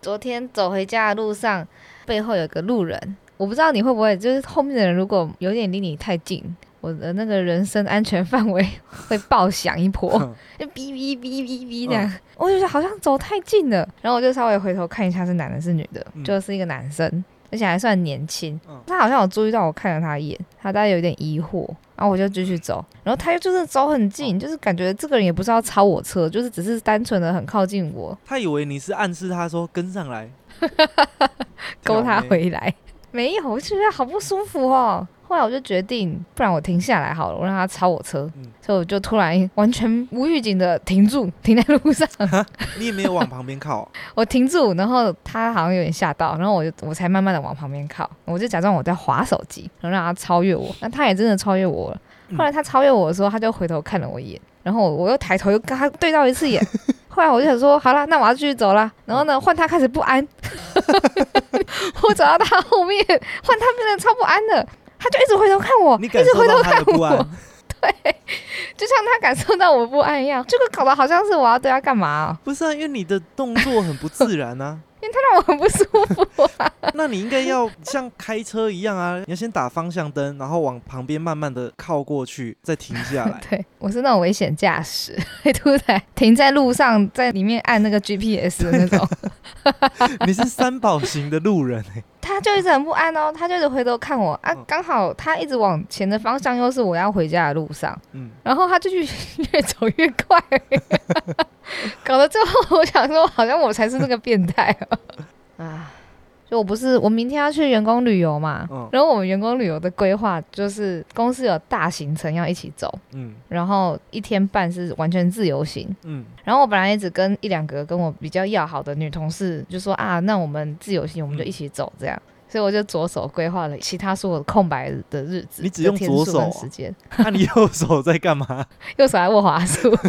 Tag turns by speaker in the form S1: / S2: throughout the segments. S1: 昨天走回家的路上，背后有个路人，我不知道你会不会，就是后面的人如果有点离你太近，我的那个人身安全范围 会爆响一 波，就哔哔哔哔
S2: 嗯
S1: 哔这样。我就觉得好像走太近了，然后我就稍微回头看一下是男的是女的，
S2: 嗯
S1: 就是一个男生，而且还算年轻。
S2: 嗯
S1: 他好像有注意到我看了他一眼，他大概有点疑惑，然后我就继续走，然后他又就是走很
S2: 嗯
S1: 近，就是感觉这个人也不是要超我车，就是只是单纯的很靠近我，
S2: 他以为你是暗示他说跟上来，
S1: 勾他
S2: 屌妹，
S1: 回来。没有，我就觉得好不舒服哦。后来我就决定，不然我停下来好了，我让他超我车。
S2: 嗯
S1: 所以我就突然完全无预警的停住，停在路上。
S2: 你也没有往旁边 靠，
S1: 我停住，然后他好像有点吓到，然后我就我才慢慢的往旁边靠，我就假装我在划手机，然后让他超越我，那他也真的超越我了。
S2: 嗯
S1: 后来他超越我的时候，他就回头看了我一眼，然后我我又抬头又跟他对到一次 眼。后来我就想说，好啦，那我要继续走啦。然后呢，换他开始不安， 我走到他后面，换他变得超不安的，他就一直回头看我，
S2: 你
S1: 哦一
S2: 感
S1: 直
S2: 受
S1: 回头
S2: 到他
S1: 看
S2: 的不
S1: 我
S2: 安，，
S1: 就像他感受到我不安一样。这个搞得好像是我要对他干嘛、哦，
S2: 不是啊，因为你的动作很不自然啊。
S1: 让我很不舒服、啊。
S2: 那你应该要像开车一样啊，你要先打方向灯，然后往旁边慢慢的靠过去，再停 下来。
S1: 对，我是那种危险驾驶， 会突然停在路上，在里面按那个 GPS 的那种。
S2: 你是三宝型的 路人、欸，
S1: 他就一直很不安哦，他就一直回头看我啊
S2: 嗯，
S1: 刚好他一直往前的方向又是我要回家的路上，
S2: 嗯，
S1: 然后他就越 越走越快， 搞得最后我想说，好像我才是那个变态哦。啊，就我不是，我明天要去员工旅游嘛，
S2: 嗯
S1: 然后我们员工旅游的规划就是公司有大行程要一起走，
S2: 嗯
S1: 然后一天半是完全自由行。
S2: 嗯，
S1: 然后我本来一直跟一两个跟我比较要好的女同事就说啊，那我们自由行我们就一起走这样，所以我就左手规划了其他所有空白的日子，
S2: 你只用
S1: 的天数
S2: 左手啊
S1: 跟时间，
S2: 那、你右手在干嘛？
S1: 右手还握滑鼠，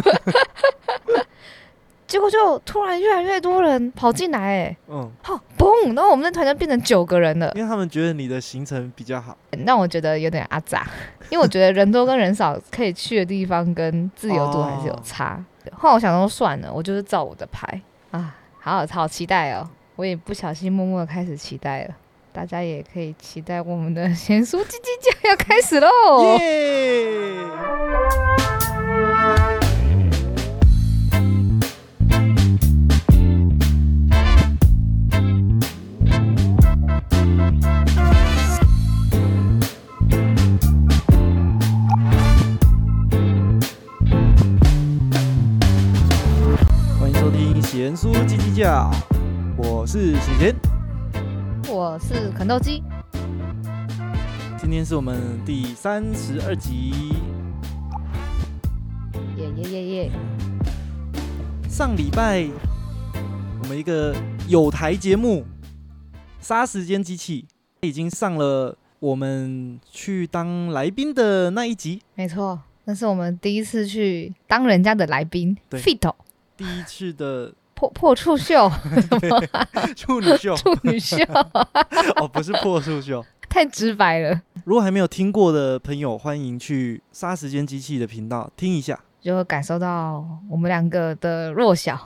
S1: 结果就突然越来越多人跑进来、哎，
S2: 嗯，
S1: 哦，嘣，然后我们那团就变成九个人了，
S2: 因为他们觉得你的行程比较好，
S1: 让我觉得有点阿杂，因为我觉得人多跟人少可以去的地方跟自由度还是有差。对后来我想说算了，我就是照我的牌啊，好好好期待哦！我也不小心默默地开始期待了，大家也可以期待我们的贤叔叽叽酱要开始喽。
S2: 耶、欢迎收听贤叔叽叽叫，我是贤贤。
S1: 我是肯豆鸡，
S2: 今天是我们第三十二集。
S1: 耶耶耶耶！
S2: 上礼拜我们一个有台节目《杀时间机器》已经上了，我们去当来宾的那一集，
S1: 没错，那是我们第一次去当人家的来宾
S2: 对
S1: ，fit
S2: 第一次 的
S1: 破破处秀、
S2: 处女秀
S1: 处女秀，
S2: 哦，不是破处秀。
S1: 太直白了。
S2: 如果还没有听过的朋友，欢迎去《杀时间机器》的频道听一下。
S1: 就会感受到我们两个的弱小。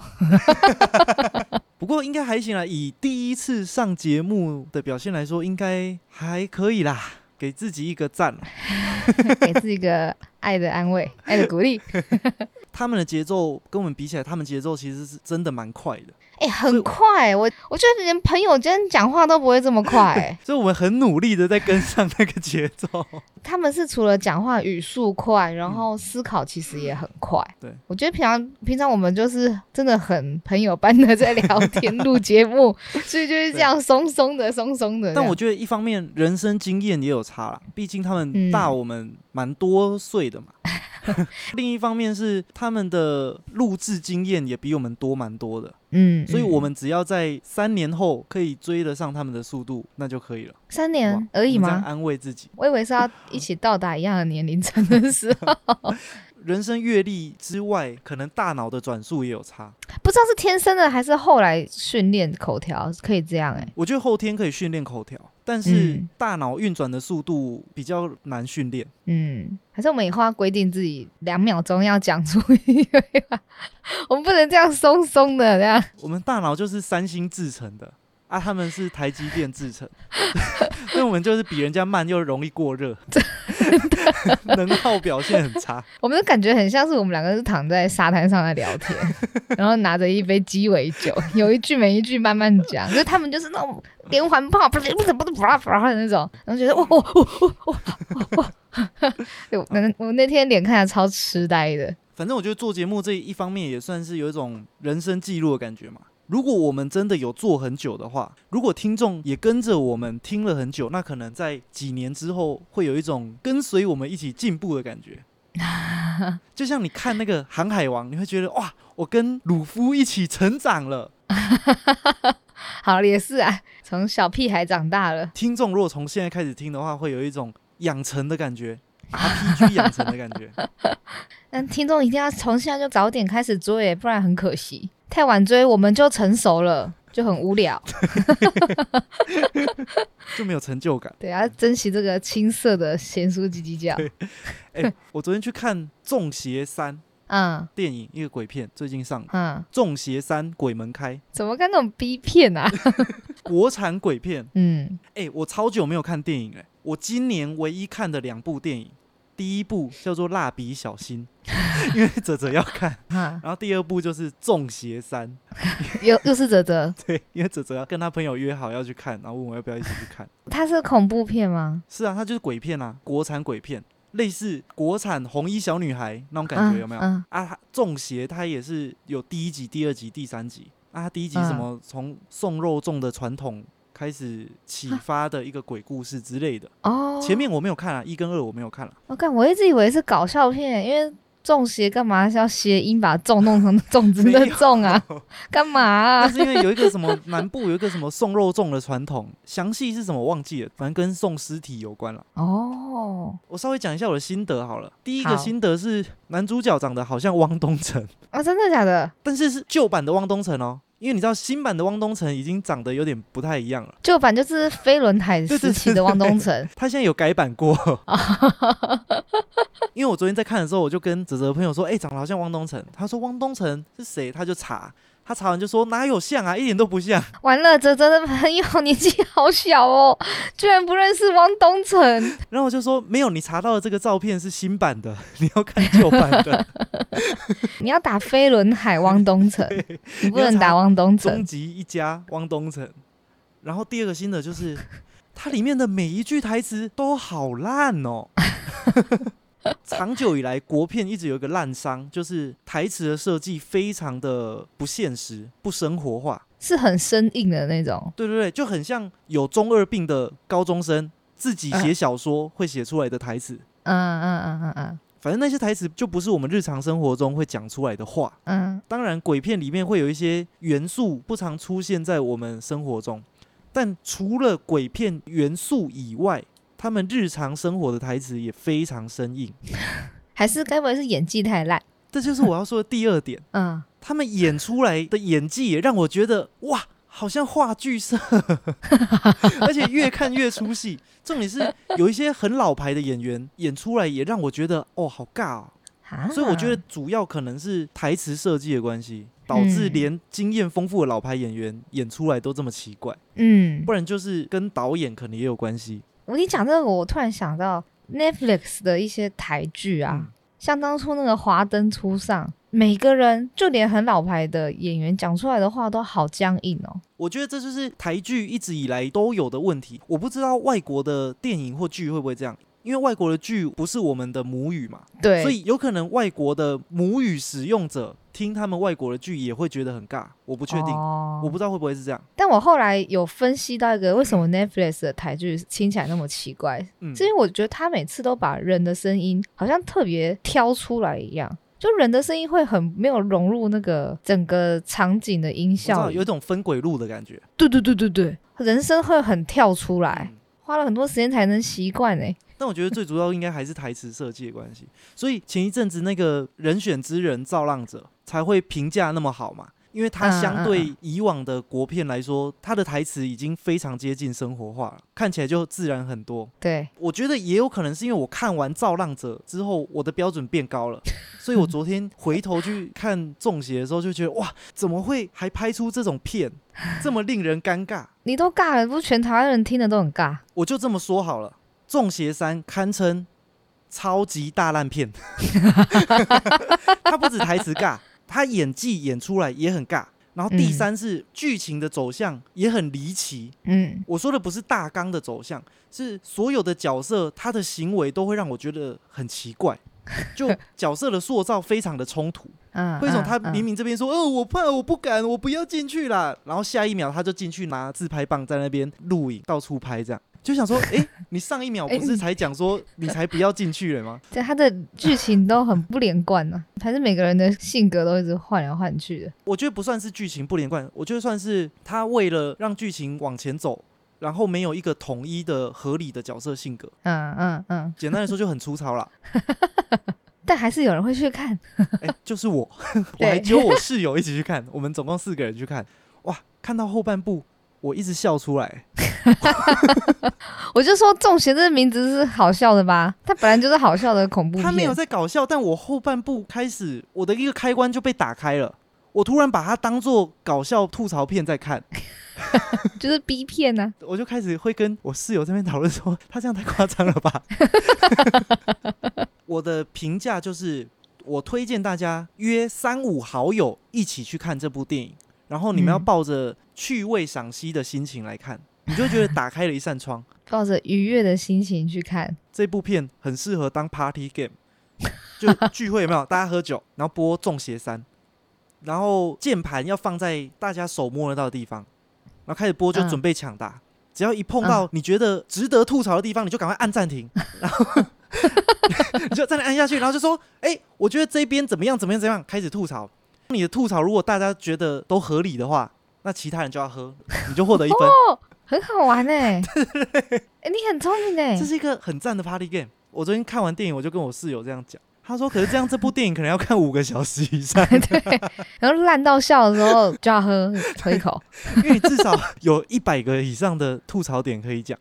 S2: 不过应该还行啦，以第一次上节目的表现来说，应该还可以啦，给自己一个赞。
S1: 给自己一个爱的安 慰、爱的鼓励。
S2: 他们的节奏跟我们比起来，他们节奏其实是真的蛮快的，
S1: 哎、很快，我我觉得连朋友间讲话都不会这么 快、哎
S2: 所以我们很努力的在跟上那个节 奏。
S1: 他们是除了讲话语速快，然后思考其实也很快。
S2: 嗯对，
S1: 我觉得平常平常我们就是真的很朋友般的在聊天录节 目，所以就是这样松松的、松松的这样。
S2: 但我觉得一方面人生经验也有差啦，毕竟他们
S1: 嗯
S2: 大我们蛮多 岁的嘛。 另一方面是他们的录制经验也比我们多蛮多的，
S1: 嗯，嗯，
S2: 所以我们只要在三年后可以追得上他们的速度，那就可以了。
S1: 三
S2: 哇
S1: 年啊而已
S2: 我们这样
S1: 吗？
S2: 安慰自己。
S1: 我以为是要一起到达一样的年龄层的时候，
S2: 人生阅历之外，可能大脑的转速也有差。
S1: 不知道是天生的还是后来训练口条可以这样哎、
S2: 我觉得后天可以训练口条，但是
S1: 嗯
S2: 大脑运转的速度比较难训练。
S1: 嗯，还是我们以后要规定自己两秒钟要讲出一个话， 我们不能这样松松的这样。
S2: 我们大脑就是三星制成的啊，他们是台积电制成， 所以我们就是比人家慢又容易过热，能耗表现很差。
S1: 我们的感觉很像是我们两个是躺在沙滩上在聊天，然后拿着一杯鸡尾酒，有一句没一句慢慢讲，就是他们就是那种连环炮，不是不是不是不啦不啦的那种，然后觉得哦哦哦哦哦哦， 我我那天脸看起来超痴呆的，
S2: 反正我觉得做节目这一方面也算是有一种人生记录的感觉嘛。如果我们真的有做很久的话，如果听众也跟着我们听了很久，那可能在几年之后会有一种跟随我们一起进步的感觉。就像你看那个《航海王》，你会觉得哇，我跟鲁夫一起成长了。
S1: 好了也是啊，从小屁孩长大了，
S2: 听众如果从现在开始听的话，会有一种养成的感觉，RPG 养成的感觉。
S1: 但听众一定要从现在就早点开始追，不然很可惜，太晚追我们就成熟了，就很无 聊。
S2: 就没有成就感。
S1: 对啊，要珍惜这个青涩的咸酥鸡鸡叫，
S2: 哎、我昨天去看《中邪三》
S1: 嗯
S2: 电影，一个鬼片，最近上的《
S1: 嗯。
S2: 中邪三》鬼门开，
S1: 怎么看那种逼片啊？
S2: 国产鬼片。
S1: 嗯，
S2: 哎、我超久没有看电影了、我今年唯一看的两部电影，第一部叫做《蜡笔小新》， 因为哲哲要看，
S1: 哈，
S2: 然后第二部就是《中邪三》，
S1: 又又是哲哲，
S2: 对，因为哲哲要跟他朋友约好要去看，然后问我要不要一起去看。
S1: 他是恐怖片吗？
S2: 是啊，它就是鬼片啊，国产鬼片，类似国产红衣小女孩那种感觉，有没有？
S1: 嗯，
S2: 啊，它中邪它也是有第一集、第二集、第三集啊。它第一集是什
S1: 嗯
S2: 么从送肉粽的传统开始启发的一个鬼故事之类的。
S1: 嗯啊哦，
S2: 前面我没有看啊，一跟二我没 有看了、
S1: 我看我一直以为是搞笑片，因为中邪干嘛是要谐音把粽弄成粽子的粽 啊？干嘛
S2: 那
S1: 啊？
S2: 是因为有一个什么南部有一个什么送肉粽的传统，详细是什么忘记了，反正跟送尸体有关了。
S1: 哦，
S2: 我稍微讲一下我的心得好了。第一个
S1: 好
S2: 心得是男主角长得好像汪东城，
S1: 啊，真的假的？
S2: 但是是旧版的汪东城哦，因为你知道新版的汪东城已经长得有点不太一样了，
S1: 旧版就是飞轮海时期的汪东城，
S2: 他现在有改版过。因为我昨天在看的时候，我就跟泽泽的朋友说，哎、长得好像汪东城。他说汪东城是谁？他就查，他查完就说哪有像啊，一点都不像。
S1: 完了，哲哲的朋友年纪好小哦， 居然不认识汪东城，
S2: 然后我就说没有，你查到的这个照片是新版的，你要看旧版的
S1: 你要打飞轮海汪东 城，你不能打汪东
S2: 《终
S1: 城，
S2: 极一家》汪东城。然后第二个新的就是， 它里面的每一句台词都好烂哦。 长久以来，国片一直有一个烂伤，就是台词的设计非常的不现实、不生活化。
S1: 是很生硬的那种。
S2: 对对对，就很像有中二病的高中生自己写小说会写出来的台词。
S1: 嗯嗯嗯嗯嗯
S2: 反正那些台词就不是我们日常生活中会讲出来的话。
S1: 嗯，
S2: 当然，鬼片里面会有一些元素不常出现在我们生活中，但除了鬼片元素以外，他们日常生活的台词也非常生硬。
S1: 还是该不会是演技太烂？
S2: 这就是我要说的第二点，
S1: 嗯，
S2: 他们演出来的演技也让我觉得哇，好像话剧社， 而且越看越出戏。重点是有一些很老牌的演员演出来也让我觉得哦，好尬哦。
S1: 啊，
S2: 所以我觉得主要可能是台词设计的关系，导致
S1: 嗯
S2: 连经验丰富的老牌演员演出来都这么奇怪，
S1: 嗯
S2: 不，然就是跟导演可能也有关系
S1: 我跟你讲这个，我突然想到 Netflix 的一些台剧啊，
S2: 嗯
S1: 像当初那个《华灯初上》，每个人就连很老牌的演员讲出来的话都好僵硬哦。
S2: 我觉得这就是台剧一直以来都有的问题。我不知道外国的电影或剧会不会这样，因为外国的剧不是我们的母语嘛，
S1: 对，
S2: 所以有可能外国的母语使用者听他们外国的剧也会觉得很尬。我不确定，
S1: 哦
S2: 我不知道会不会是这样。
S1: 但我后来有分析到一个，为什么 Netflix 的台剧听起来那么奇怪，
S2: 嗯
S1: 是因为我觉得他每次都把人的声音好像特别挑出来一样，就人的声音会很没有融入那个整个场景的音
S2: 我知
S1: 效
S2: 道
S1: 里，
S2: 有一种分轨路的感觉。
S1: 对对对对对，人声会很跳出来。
S2: 嗯
S1: 花了很多时间才能习惯哎。
S2: 但我觉得最主要应该还是台词设计的关系，所以前一阵子那个人选之人造浪者才会评价那么好嘛，因为它相对以往的国片来说，它的台词已经非常接近生活化了，看起来就自然很多。
S1: 对，
S2: 我觉得也有可能是因为我看完《造浪者》之后，我的标准变高了，所以我昨天回头去看《中邪》的时候，就觉得哇，怎么会还拍出这种片，这么令人尴尬？
S1: 你都尬了，不是全台湾人听的都很尬。
S2: 我就这么说好了，《中邪三》堪称超级大烂片， 他不止台词尬，他演技演出来也很尬。然后第
S1: 嗯
S2: 三是剧情的走向也很离奇，
S1: 嗯，
S2: 我说的不是大纲的走向，是所有的角色他的行为都会让我觉得很奇怪，就角色的塑造非常的冲突。
S1: 嗯，
S2: 为什么他
S1: 嗯
S2: 明明这边说，哦，我怕，我不敢，我不要进去啦，然后下一秒他就进去拿自拍棒在那边录影，到处拍这样。就 想说，诶，你上一秒不是才讲说你才不要进去了吗？
S1: 对他的剧情都很不连贯 呢、还是每个人的性格都一直换来换去的。
S2: 我觉得不算是剧情不连贯，我觉得算是他为了让剧情往前走，然后没有一个统一的合理的角色性格。
S1: 嗯嗯嗯，
S2: 简单来说就很粗 糙啦。
S1: 但还是有人会去 看。
S2: 哎、就是我， 我
S1: 对
S2: 还揪我室友一起去看，我们总共四个人去看，哇，看到后半部我一直笑出来，
S1: 我就说《中邪》这个名字是好笑的吧？它本来就是好笑的恐怖片。
S2: 他没有在搞笑，但我后半部开始我的一个开关就被打开了，我突然把它当做搞笑吐槽片在看，
S1: 就是 B 片啊呢、
S2: 我就开始会跟我室友这边讨论说，他这样太夸张了吧？我的评价就是，我推荐大家约三五好友一起去看这部电影，然后你们要
S1: 嗯
S2: 抱着趣味赏析的心情来看，你就会觉得打开了一扇窗。
S1: 抱着愉悦的心情去看。
S2: 这部片很适合当 party game，就聚会有没有？大家喝酒，然后播《中邪三》，然后键盘要放在大家手摸得到的地方，然后开始播就
S1: 嗯
S2: 准备抢答。只要一碰到你觉得值得吐槽的地方，你就赶快按暂停，然后 你就暂停按下去，然后就说：“哎、我觉得这边怎么样，怎么样，怎么样。”开始吐槽。你的吐槽如果大家觉得都合理的话，那其他人就要喝，你就获得一分。
S1: 很好玩 哎、欸，你很聪明哎、
S2: 这是一个很赞的 party game。我昨天看完电影，我就跟我室友这样讲，他说：“可是这样，这部电影可能要看五个小时以上，
S1: 然后烂到笑的时候就要喝喝一 口，
S2: 因为你至少有一百个以上的吐槽点可以讲。”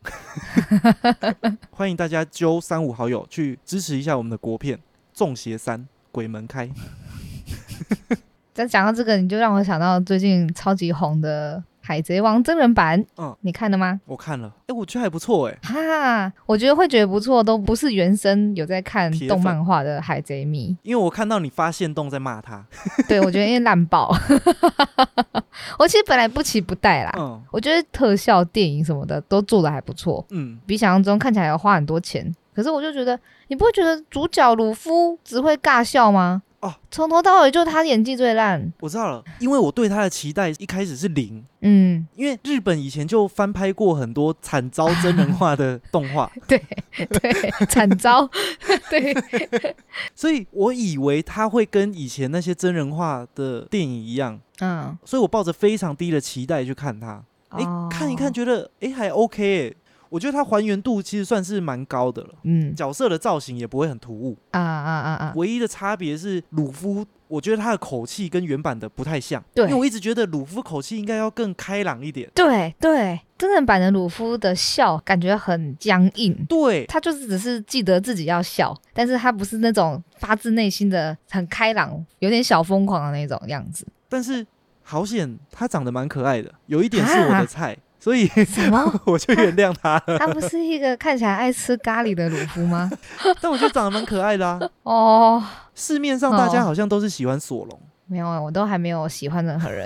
S2: 欢迎大家揪三五好友去支持一下我们的国片《中邪三》。鬼门开，
S1: 但讲到这个，你就让我想到最近超级红的《海贼王》真人版，
S2: 嗯
S1: 你看了吗？
S2: 我看了，哎、我觉得还不错、哎，
S1: 哈，我觉得会觉得不错，都不是原生有在看
S2: 铁粉
S1: 动漫画的海贼迷。
S2: 因为我看到你发现洞在骂他，
S1: 对，我觉得因为烂爆， 我其实本来不期不待啦。
S2: 嗯
S1: 我觉得特效、电影什么的都做的还不错，
S2: 嗯，
S1: 比想象中看起来要花很多钱。可是我就觉得，你不会觉得主角鲁夫只会尬笑吗？
S2: 哦，
S1: 从头到尾就他演技最烂。
S2: 我知道了，因为我对他的期待一开始是零，
S1: 嗯，
S2: 因为日本以前就翻拍过很多惨遭真人化的动画，
S1: 对，惨遭， 对，
S2: 所以我以为它会跟以前那些真人化的电影一样，
S1: 嗯，
S2: 所以我抱着非常低的期待去看它。诶，
S1: 哦
S2: 哎看一看，觉得诶还 OK 诶，我觉得它还原度其实算是蛮高的了，
S1: 嗯
S2: 角色的造型也不会很突兀，
S1: 啊啊啊啊，
S2: 唯一的差别是鲁夫。我觉得他的口气跟原版的不太像，
S1: 对
S2: 因为我一直觉得鲁夫口气应该要更开朗一点。
S1: 对对，真人版的鲁夫的笑感觉很僵硬，
S2: 对，
S1: 他就是只是记得自己要笑，但是他不是那种发自内心的很开朗，有点小疯狂的那种样子。
S2: 但是好险他长得蛮可爱的，有一点是我的
S1: 啊
S2: 菜，所以
S1: 什么？
S2: 我就原谅他 了。
S1: 他不是一个看起来爱吃咖喱的鲁夫吗？
S2: 但我觉得长得蛮可爱的啊。
S1: 哦，
S2: 市面上大家
S1: 哦
S2: 好像都是喜欢索隆，
S1: 没有，啊我都还没有喜欢任何人。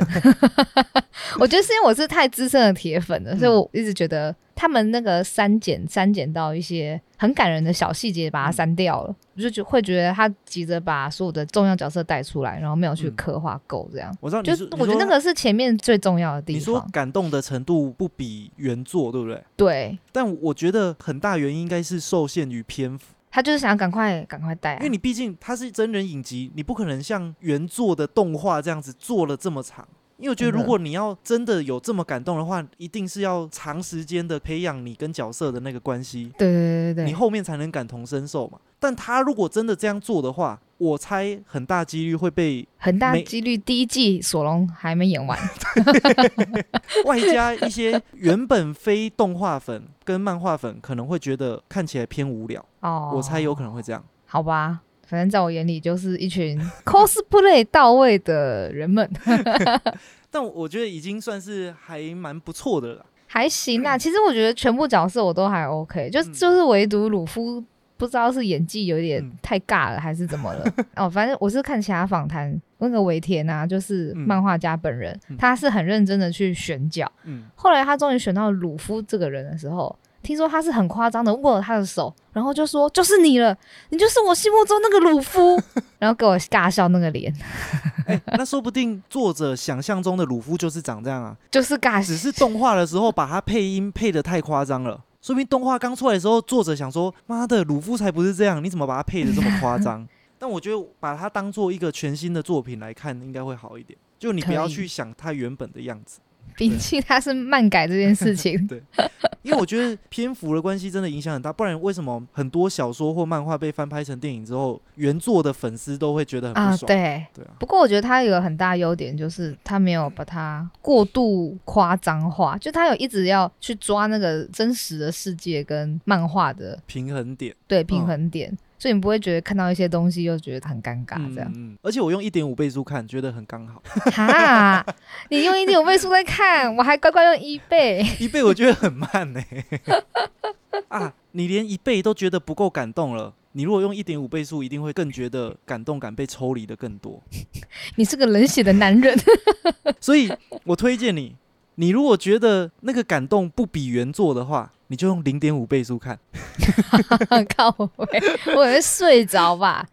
S1: 我觉得是因为我是太资深的铁粉
S2: 嗯
S1: 了，所以我一直觉得他们那个删减删减到一些很感人的小细节，把它删掉
S2: 嗯
S1: 了，我就觉会觉得他急着把所有的重要角色带出来，然后没有去
S2: 嗯
S1: 刻画够这样。
S2: 我知道你
S1: 就是我觉得那个是前面最重要的
S2: 你
S1: 地
S2: 说
S1: 方，
S2: 感动的程度不比原作，对不对？
S1: 对
S2: 但我觉得很大原因应该是受限于篇幅，
S1: 他就是想要赶快赶快带、
S2: 因
S1: 啊
S2: 为，你毕竟它是真人影集，你不可能像原作的动画这样子做了这么长。因为我觉得
S1: 真的
S2: 如果你要真的有这么感动的话，一定是要长时间的培养你跟角色的那个关系，
S1: 对对对对
S2: 你
S1: 对，
S2: 后面才能感同身受嘛。但他如果真的这样做的话，我猜很大几率会被
S1: 很大
S2: 没
S1: 几率第一季索隆还没 演完，
S2: 外加一些原本非动画粉跟漫画粉可能会觉得看起来偏无聊，
S1: 哦，
S2: 我猜有可能会这样。
S1: 好吧，反正在我眼里就是一群 cosplay 到位的人们，
S2: 但我觉得已经算是还蛮不错的了。
S1: 还行啊。其实我觉得全部角色我都还 OK，就、
S2: 嗯
S1: 就是唯独鲁夫不知道是演技有点
S2: 嗯
S1: 太尬了、还是怎么了 哦，反正我是看其他访谈，那个尾田啊，就是
S2: 嗯
S1: 漫画家本人，
S2: 嗯
S1: 他是很认真的去选角。
S2: 嗯，
S1: 后来他终于选到鲁夫这个人的时候，听说他是很夸张的握了他的手，然后就说：“就是你了，你就是我心目中那个鲁 夫。”然后给我尬笑那个脸，
S2: 哎、 那说不定作者想象中的鲁夫就是长这样啊，
S1: 就是尬
S2: 只
S1: 笑。
S2: 是动画的时候把它配音配的太夸张了。说明动画刚出来的时候，作者想说：“妈的，鲁夫才不是这样，你怎么把它配的这么夸 张？”但我觉得把它当做一个全新的作品来看，应该会好一点。就你不要
S1: 可以
S2: 去想它原本的样子，，
S1: 摒弃他是漫改这件事情
S2: 因为我觉得篇幅的关系真的影响很大。不然为什么很多小说或漫画被翻拍成电影之后，原作的粉丝都会觉得很
S1: 啊
S2: 不，爽？
S1: 对。
S2: 对啊，
S1: 不过我觉得他有个很大优点，就是他没有把它过度夸张化，就他有一直要去抓那个真实的世界跟漫画的
S2: 平衡点。
S1: 对平衡点，所以你不会觉得看到一些东西又觉得很尴尬啊这样。
S2: 嗯嗯而且我用一点五倍速看，觉得很刚好。
S1: 哈，你用一点五倍速在看，我还乖乖用一倍。
S2: 一倍我觉得很慢呢、 啊，你连一倍都觉得不够感动了，你如果用一点五倍速，一定会更觉得感动感被抽离的更多。
S1: 你是个冷血的男人，
S2: 所以我推荐你，你如果觉得那个感动不比原作的话，你就用零点五倍速看。
S1: 啊 靠我，我会睡着吧？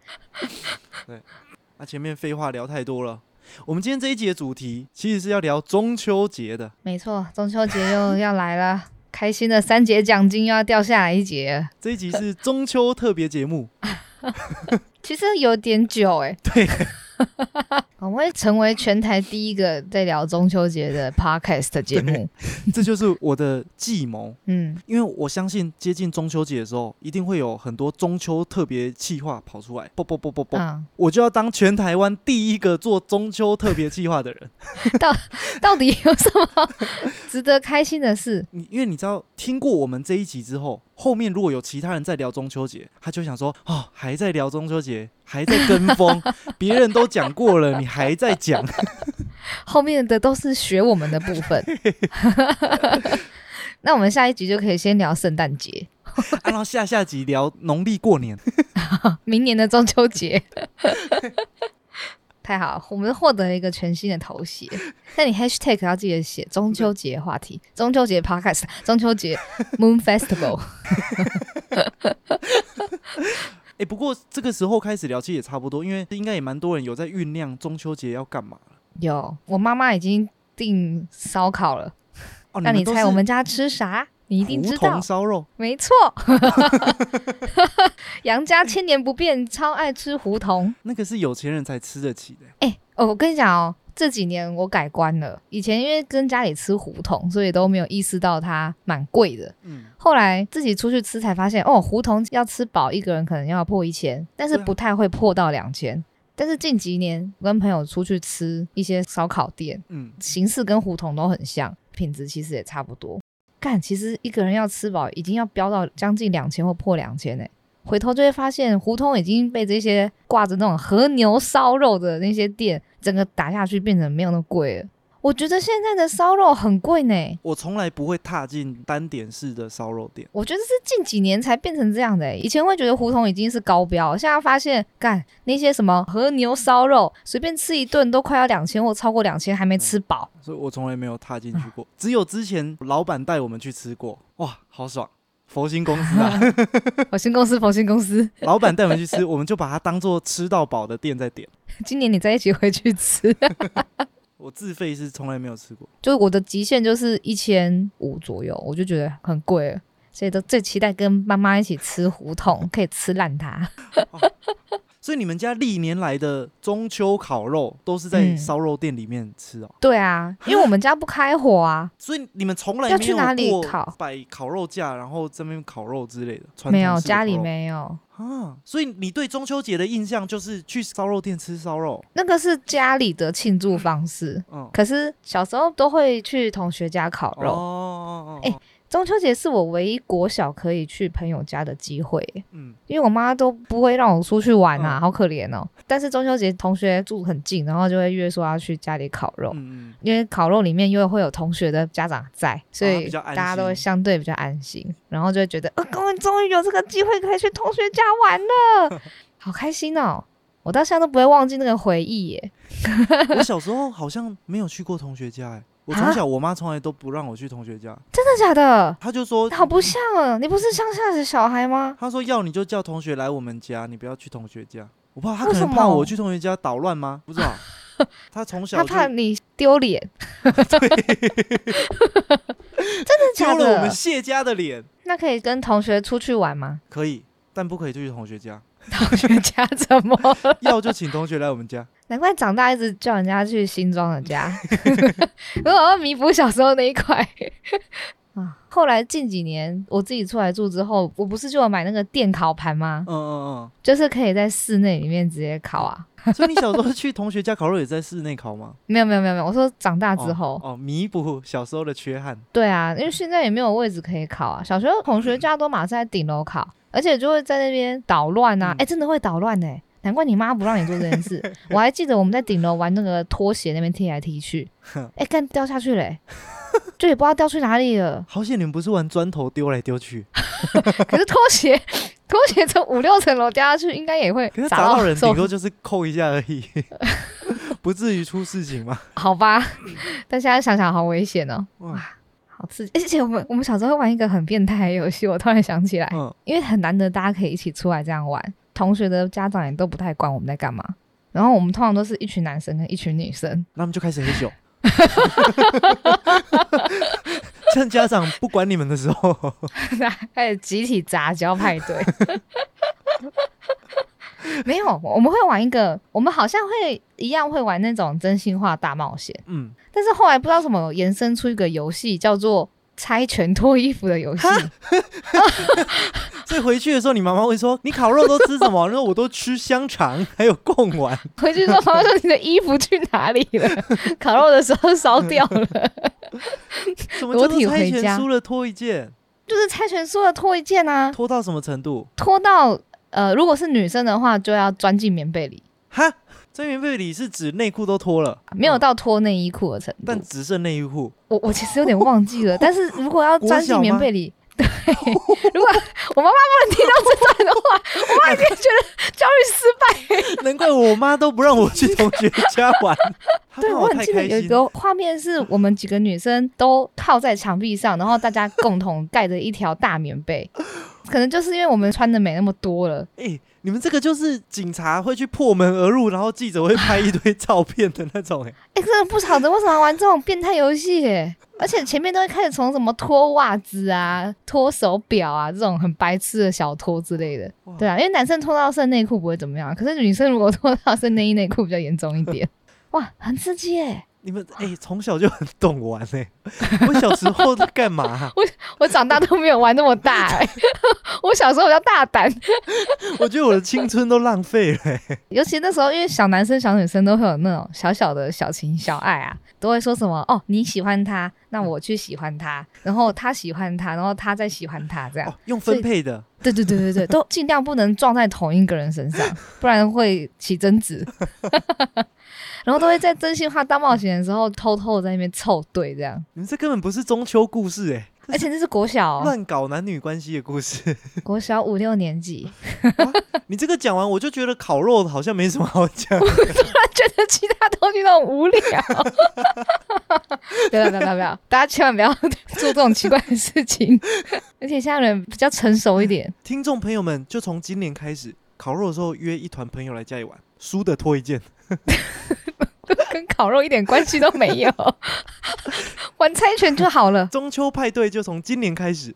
S2: 那、前面废话聊太多了。我们今天这一集的主题其实是要聊中秋节的，
S1: 没错，中秋节又要来了，开心的三节奖金又要掉下来一节了。
S2: 这一集是中秋特别节目。
S1: 其实有点久哎、
S2: 对，
S1: 我们会成为全台第一个在聊中秋节的 podcast 节目。
S2: 这就是我的计谋。
S1: 嗯，
S2: 因为我相信接近中秋节的时候，一定会有很多中秋特别企划跑出来，啵啵啵啵啵，
S1: 啊、
S2: 我就要当全台湾第一个做中秋特别企划的人。
S1: 到底有什么 值得开心的事？
S2: 你因为你知道，听过我们这一集之后，后面如果有其他人在聊中秋节，他就想说，哦，还在聊中秋节，还在跟风， 别人都讲过了，你还在讲，
S1: 后面的都是学我们的部分。 那我们下一集就可以先聊圣诞节，
S2: 啊然后下下集聊农历过年。
S1: 明年的中秋节。 太好了，我们获得了一个全新的头衔。那你 hashtag 要记得写中秋节话题、中秋节 podcast、中秋节 Moon Festival。
S2: 哎，不过这个时候开始聊，其实也差不多，因为应该也蛮多人有在酝酿中秋节要干嘛了。
S1: 有，我妈妈已经订烧烤了，
S2: 哦，
S1: 让你
S2: 都
S1: 猜
S2: 是
S1: 我们家吃啥？你一定
S2: 胡
S1: 知道
S2: 同，烧肉。
S1: 没错。 杨家千年不变，超爱吃胡同。
S2: 那个是有钱人才吃得起的。
S1: 哎、哦，我跟你讲哦，这几年我改观了。以前因为跟家里吃胡同，所以都没有意识到它蛮贵的。
S2: 嗯，
S1: 后来自己出去吃才发现，哦，胡同要吃饱一个人可能要破一千，但是
S2: 对啊
S1: 不太会破到两千。但是近几年我跟朋友出去吃一些烧烤店，
S2: 嗯，
S1: 形式跟胡同都很像，品质其实也差不多。干，其实一个人要吃饱，已经要飙到将近两千或破两千呢。回头就会发现，胡同已经被这些挂着那种和牛烧肉的那些店，整个打下去变成没有那么贵了。我觉得现在的烧肉很贵呢，
S2: 我从来不会踏进单点式的烧肉店。
S1: 我觉得是近几年才变成这样的欸。以前会觉得胡同已经是高标，现在发现，干那些什么和牛烧肉，随便吃一顿都快要两千或超过两千，还没吃饱。
S2: 所以我从来没有踏进去过，只有之前老板带我们去吃过，哇，好爽！佛心公 司啊，
S1: 佛心公司，佛心公司。
S2: 老板带我们去吃，我们就把它当做吃到饱的店在点。
S1: 今年你再一起回去吃，
S2: 我自费是从来没有吃过，
S1: 就我的极限就是一千五左右，我就觉得很贵 了，所以都最期待跟妈妈一起吃胡同，可以吃烂它。
S2: 所以你们家历年来的中秋烤肉都是在
S1: 嗯
S2: 烧肉店里面吃哦，
S1: 对啊，因为我们家不开火啊，
S2: 所以你们从来
S1: 要
S2: 没
S1: 去哪里
S2: 有过
S1: 烤
S2: 摆烤肉架，然后这边烤肉之类的，传统
S1: 没有
S2: 式的
S1: 家里
S2: 烤肉
S1: 没有，
S2: 啊。所以你对中秋节的印象就是去烧肉店吃烧肉，
S1: 那个是家里的庆祝方式。
S2: 嗯，
S1: 可是小时候都会去同学家烤
S2: 哦
S1: 肉，
S2: 哦，哦
S1: 哎中秋节是我唯一国小可以去朋友家的机会，
S2: 嗯，
S1: 因为我妈都不会让我出去玩啊，
S2: 嗯
S1: 好可怜哦。但是中秋节同学住很近，然后就会约说要去家里烤肉，
S2: 嗯嗯，
S1: 因为烤肉里面又会有同学的家长在，所
S2: 哦比
S1: 以
S2: 较安
S1: 大家都会
S2: 心
S1: 相对比较安心，然后就会觉得，呃，我们终于有这个机会可以去同学家玩 了，好开心哦！我到现在都不会忘记那个回忆耶。
S2: 我小时候好像没有去过同学家、哎，我从
S1: 啊
S2: 小我妈从来都不让我去同学家，
S1: 真的假的？
S2: 她就说，
S1: 好不像哦，你不是乡下的小孩吗？
S2: 她说要你就叫同学来我们家，你不要去同学家。我怕她
S1: 为
S2: 可能
S1: 什
S2: 怕
S1: 么
S2: 我去同学家捣乱吗？不知道，她从小
S1: 他
S2: 啊就
S1: 怕你丢脸， 真
S2: 丢
S1: 的假
S2: 了我们
S1: 的？
S2: 谢家的脸，
S1: 那可以跟同学出去玩吗？
S2: 可以，但不可以去同学家，
S1: 同学家怎么了？
S2: 要就请同学来我们家。
S1: 难怪长大一直叫人家去新庄的家， 如果要弥补小时候那一块啊。后来近几年我自己出来住之后，我不是就有买那个电烤盘吗？
S2: 嗯嗯
S1: 就是可以在室内里面直接烤啊。
S2: 嗯，所以你小时候去同学家烤肉也在室内烤吗？
S1: 没有没有没有没有，我说长大之
S2: 哦
S1: 后，
S2: 哦，弥补小时候的缺憾。
S1: 对啊，因为现在也没有位置可以烤啊。小学同
S2: 嗯
S1: 学家都马上在顶楼烤，而且就会在那边捣乱啊！
S2: 嗯
S1: 哎、真的会捣乱呢、难怪你妈不让你做这件事。 我还记得我们在顶楼玩那个拖鞋，那边踢来踢去，哎、干掉下去嘞、就也不知道掉去哪里了。
S2: 好险你们不是玩砖头丢来丢去，
S1: 可是拖鞋， 拖鞋从五六层楼掉下去，应该也会
S2: 可是
S1: 砸
S2: 砸到人顶
S1: 手
S2: 多就是扣一下而已， 不至于出事情嘛。
S1: 好吧？但现在想想好危险哦、
S2: 哇
S1: 哇，好刺激！而且我们我们小时候会玩一个很变态的游戏，我突然想起来，
S2: 嗯，
S1: 因为很难得大家可以一起出来这样玩，同学的家长也都不太管我们在干嘛。然后我们通常都是一群男生跟一群女生，
S2: 那我们就开始喝酒。趁家长不管你们的时候，
S1: 开始集体杂交派对。 没有，我们会玩一个，我们好像会一样会玩那种真心话大冒险，
S2: 嗯，
S1: 但是后来不知道怎么延伸出一个游戏，叫做猜拳脱衣服的游戏。
S2: 所以回去的时候，你妈妈会说：“你烤肉都吃什么？”然后我都吃香肠，还有贡丸。
S1: 回去之后，妈妈说你的衣服去哪里了？烤肉的时候烧掉了。
S2: 什么叫
S1: 裸
S2: 做
S1: 体
S2: 猜
S1: 回
S2: 拳
S1: 家
S2: 输了脱一件？
S1: 就是猜拳输了脱一件啊，
S2: 脱到什么程度？
S1: 拖到呃，如果是女生的话，就要钻进棉被里，
S2: 哈，真棉被里是指内裤都脱了，
S1: 啊没有到脱内衣裤的程度。
S2: 嗯但只剩内衣裤。
S1: 我我其实有点忘记 了，但是如果要
S2: 国
S1: 钻
S2: 小
S1: 进棉
S2: 吗
S1: 被里，对，
S2: 啊
S1: 如果我妈妈不能听到这段的话，我妈一定觉得教育失败。
S2: 难怪我妈都不让我去同学家 玩，她
S1: 对
S2: 怕
S1: 我
S2: 我
S1: 很
S2: 太
S1: 记得
S2: 开
S1: 有一
S2: 心。
S1: 个画面是我们几个女生都靠在墙壁上，然后大家共同盖着一条大棉被，可能就是因为我们穿的没那么多了。
S2: 哎、你们这个就是警察会去破门而入，然后记者会拍一堆照片的那种、欸，
S1: 哎、真的不晓得为什么要玩这种变态游戏耶！而且前面都会开始从什么脱袜子啊、脱手表啊这种很白痴的小脱之类的
S2: 哇，
S1: 对啊，因为男生脱到剩内裤不会怎么样，可是女生如果脱到剩内衣内裤比较严重一点，哇，很刺激耶！
S2: 你们哎，从、小就很懂玩哎、 我小时候在干嘛 啊、
S1: 我长大都没有玩那么大哎， 我小时候比较大胆，
S2: 我觉得我的青春都浪费了、 欸。
S1: 尤其那时候因为小男生小女生都会有那种小小的小情小爱啊，都会说什么哦你喜欢他，那我去喜欢他，然后他喜欢他，然后他再喜欢他这样。
S2: 哦，用
S1: 所以
S2: 分配的，
S1: 对对对对对，都尽量不能撞在同一个人身上，不然会起争执。 然后都会在真心话大冒险的时候偷偷的在那边凑对这样，
S2: 你们这根本不是中秋故事哎、
S1: 而且这是国小、哦，
S2: 乱搞男女关系的故事。
S1: 国小五六年级，
S2: 你这个讲完，我就觉得烤肉好像没什么好讲。
S1: 觉得其他东西都很无聊。 不要不要不要不要，大家千万不要 做这种奇怪的事情。而且现在人比较成熟一点，
S2: 听众朋友们，就从今年开始，烤肉的时候约一团朋友来家里玩，输的脱一件，
S1: 跟烤肉一点关系都没 有，玩猜拳就好了。
S2: 中秋派对就从今年开始。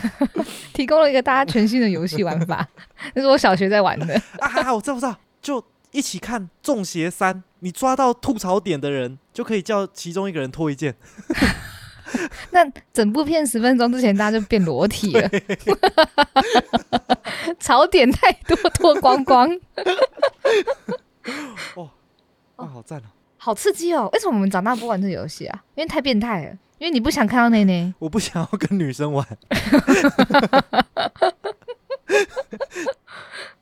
S1: 提供了一个大家全新的游戏玩法， 这是我小学在玩的。
S2: 啊，我知道，我知道，就一起看《中邪三》，你抓到吐槽点的人，就可以叫其中一个人脱一件。
S1: 那整部片十分钟之前，大家就变裸体了， 槽点太多，脱光光，哦
S2: 啊，好赞啊！
S1: 好刺激哦！为什么我们长大不玩这个游戏啊？因为太变态了，因为你不想看到内内。
S2: 我不想要跟女生玩，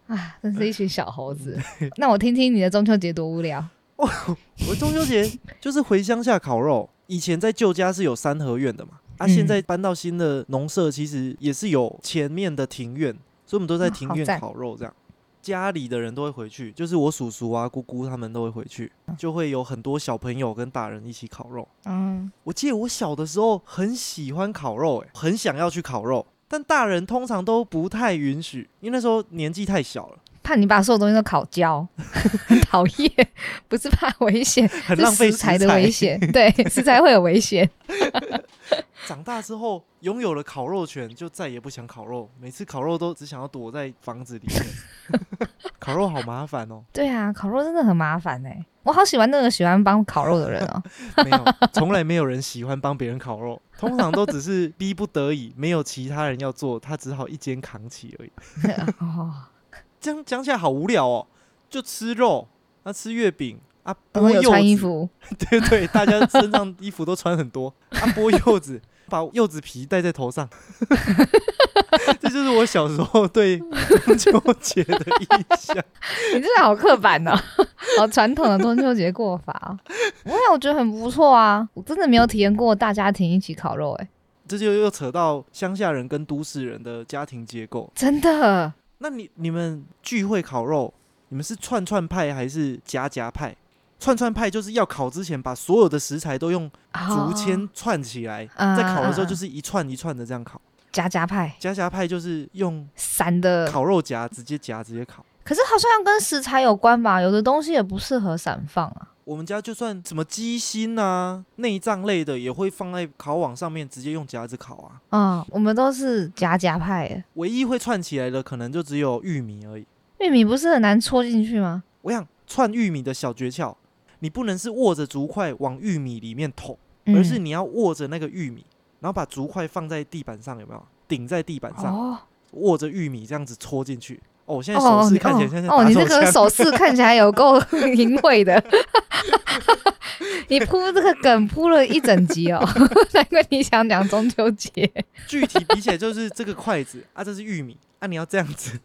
S1: 啊，真是一群小猴子。
S2: 嗯
S1: 那我听听你的中秋节多无聊。
S2: 我中秋节就是回乡下烤肉。以前在旧家是有三合院的嘛，啊，
S1: 嗯
S2: 现在搬到新的农舍，其实也是有前面的庭院，所以我们都在
S1: 哇
S2: 庭
S1: 啊好
S2: 院
S1: 赞
S2: 烤肉这样。家里的人都会回去，就是我叔叔啊、姑姑他们都会回去，就会有很多小朋友跟大人一起烤肉。
S1: 嗯，
S2: 我记得我小的时候很喜欢烤肉、欸，很想要去烤肉，但大人通常都不太允许，因为那时候年纪太小了，
S1: 怕你把所有东西都烤焦， 很讨厌。不是怕危险，
S2: 很
S1: 是
S2: 浪费
S1: 食材的危。险。对，食材会有危险。
S2: 长大之后拥有了烤肉权，就再也不想烤肉，每次烤肉都只想要躲在房子里面。 烤肉好麻烦哦，
S1: 对啊，烤肉真的很麻烦哎、我好喜欢那个喜欢帮烤肉的人 哦、
S2: 没有，从来没有人喜欢帮别人烤肉，通常都只是逼不得已，没有其他人要做，他只好一肩扛起而已。
S1: 哦，
S2: 这样讲起来好无聊哦，就吃肉，那、吃月饼啊，
S1: 然后
S2: 剥
S1: 有
S2: 柚
S1: 穿衣
S2: 子，
S1: 服，
S2: 对 对，大家身上衣服都穿很多，啊，剥柚子，把柚子皮戴在头上， 这就是我小时候对中秋节的印象。
S1: 你真的好刻板 哦、好传统的中秋节过法、哦。不会啊，我觉得很不错啊，我真的没有体验过大家庭一起烤肉哎、
S2: 这就又扯到乡下人跟都市人的家庭结构。
S1: 真的。
S2: 那你你们聚会烤肉，你们是串串派还是夹夹派？串串派就是要烤之前把所有的食材都用竹
S1: 哦
S2: 签串起来，
S1: 啊
S2: 在烤的时候
S1: 啊
S2: 就是一串一串的这样烤。
S1: 夹夹派
S2: 夹夹派就是用
S1: 散的，
S2: 烤肉夹直接夹直接烤。
S1: 可是好像要跟食材有关吧？有的东西也不适合散放啊。
S2: 我们家就算什么鸡心啊、内脏类的，也会放在烤网上面直接用夹子烤啊。
S1: 嗯，我们都是夹夹派欸的。
S2: 唯一会串起来的，可能就只有玉米而已。
S1: 玉米不是很难戳进去吗？
S2: 我想串玉米的小诀窍，你不能是握着竹筷往玉米里面捅，
S1: 嗯
S2: 而是你要握着那个玉米，然后把竹筷放在地板上，有没有？顶在地板上，
S1: 哦
S2: 握着玉米这样子戳进去。哦，我现在手
S1: 哦
S2: 势看起来像在
S1: 哦哦，
S2: 打
S1: 你
S2: 手
S1: 这个
S2: 枪。
S1: 手势看起来有够淫秽的。 你铺这个梗铺了一整集哦， 难怪你想讲中秋节。
S2: 具体比起来就是这个筷子啊，这是玉米啊，你要这样子，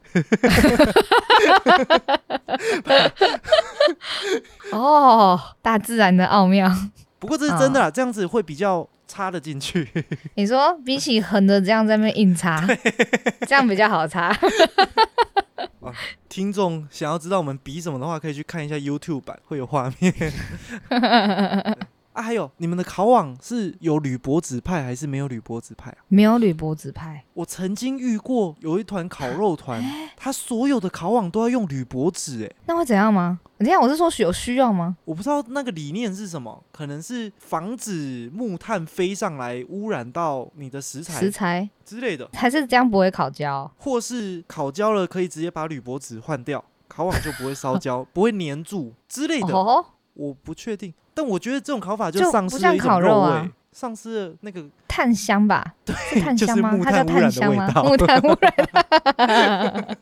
S1: 哦，大自然的奥妙。
S2: 不过这
S1: 啊
S2: 是真的啦，这样子会比较插得进去。
S1: 你说比起横着这样在那边硬插，这样比较好插。
S2: 听众想要知道我们比什么的话，可以去看一下 YouTube 版，会有画面。啊，还有你们的烤网是有铝箔纸派还是没有铝箔纸派啊？
S1: 没有铝箔纸派，
S2: 我曾经遇过有一团烤肉团，他所有的烤网都要用铝箔纸，哎，
S1: 那会怎样吗？你看我是说有需要吗？
S2: 我不知道那个理念是什么，可能是防止木炭飞上来污染到你的食材
S1: 食材
S2: 之类的，
S1: 还是这样不会烤焦？
S2: 或是烤焦了可以直接把铝箔纸换掉，烤网就不会烧焦，不会粘住之类的。
S1: 哦，
S2: 我不确定，但我觉得这种烤法
S1: 就
S2: 丧
S1: 不
S2: 失了
S1: 像
S2: 一种
S1: 烤肉
S2: 味，
S1: 啊
S2: 丧失了那个
S1: 炭香吧？对，炭
S2: 就是
S1: 香吗？
S2: 木
S1: 它
S2: 炭
S1: 叫
S2: 污染
S1: 炭
S2: 的
S1: 香
S2: 味
S1: 吗？
S2: 道
S1: 木炭污染。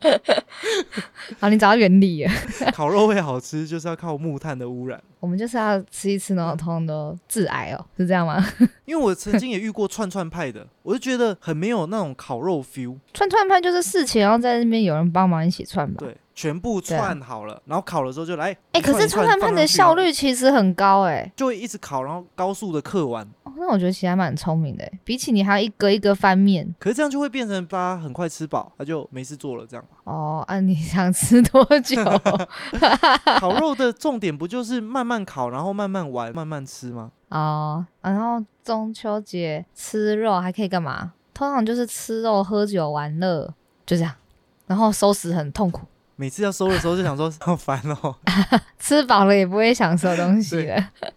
S1: 好，你找到原理了。
S2: 烤肉会好吃，就是要靠木炭的污染。
S1: 我们就是要吃一吃，然后通通都致癌哦，是这样吗？
S2: 因为我曾经也遇过串串派的，我就觉得很没有那种烤肉 feel。
S1: 串串派就是事情，然后在那边有人帮忙一起串吧。
S2: 对，全部
S1: 对啊
S2: 串好了，然后烤了之后就来。
S1: 哎、
S2: 一
S1: 可是
S2: 一
S1: 串串
S2: 放
S1: 派的
S2: 上去哦
S1: 效率其实很高哎、
S2: 就会一直烤，然后高速的刻完。
S1: 哦那我觉得其实还蛮聪明的、哎比起你还要一个一个翻面
S2: 可是这样就会变成大家很快吃饱，他就没事做了 这样。
S1: 哦。啊，你想吃多久？
S2: 烤肉的重点不就是慢慢烤，然后慢慢玩，慢慢吃吗？
S1: 哦，然后中秋节吃肉还可以干嘛？通常就是吃肉、喝酒、玩乐，就这样。然后收拾很痛苦，
S2: 每次要收的时 候就想说好烦哦。
S1: 吃饱了也不会想收东西了。哎、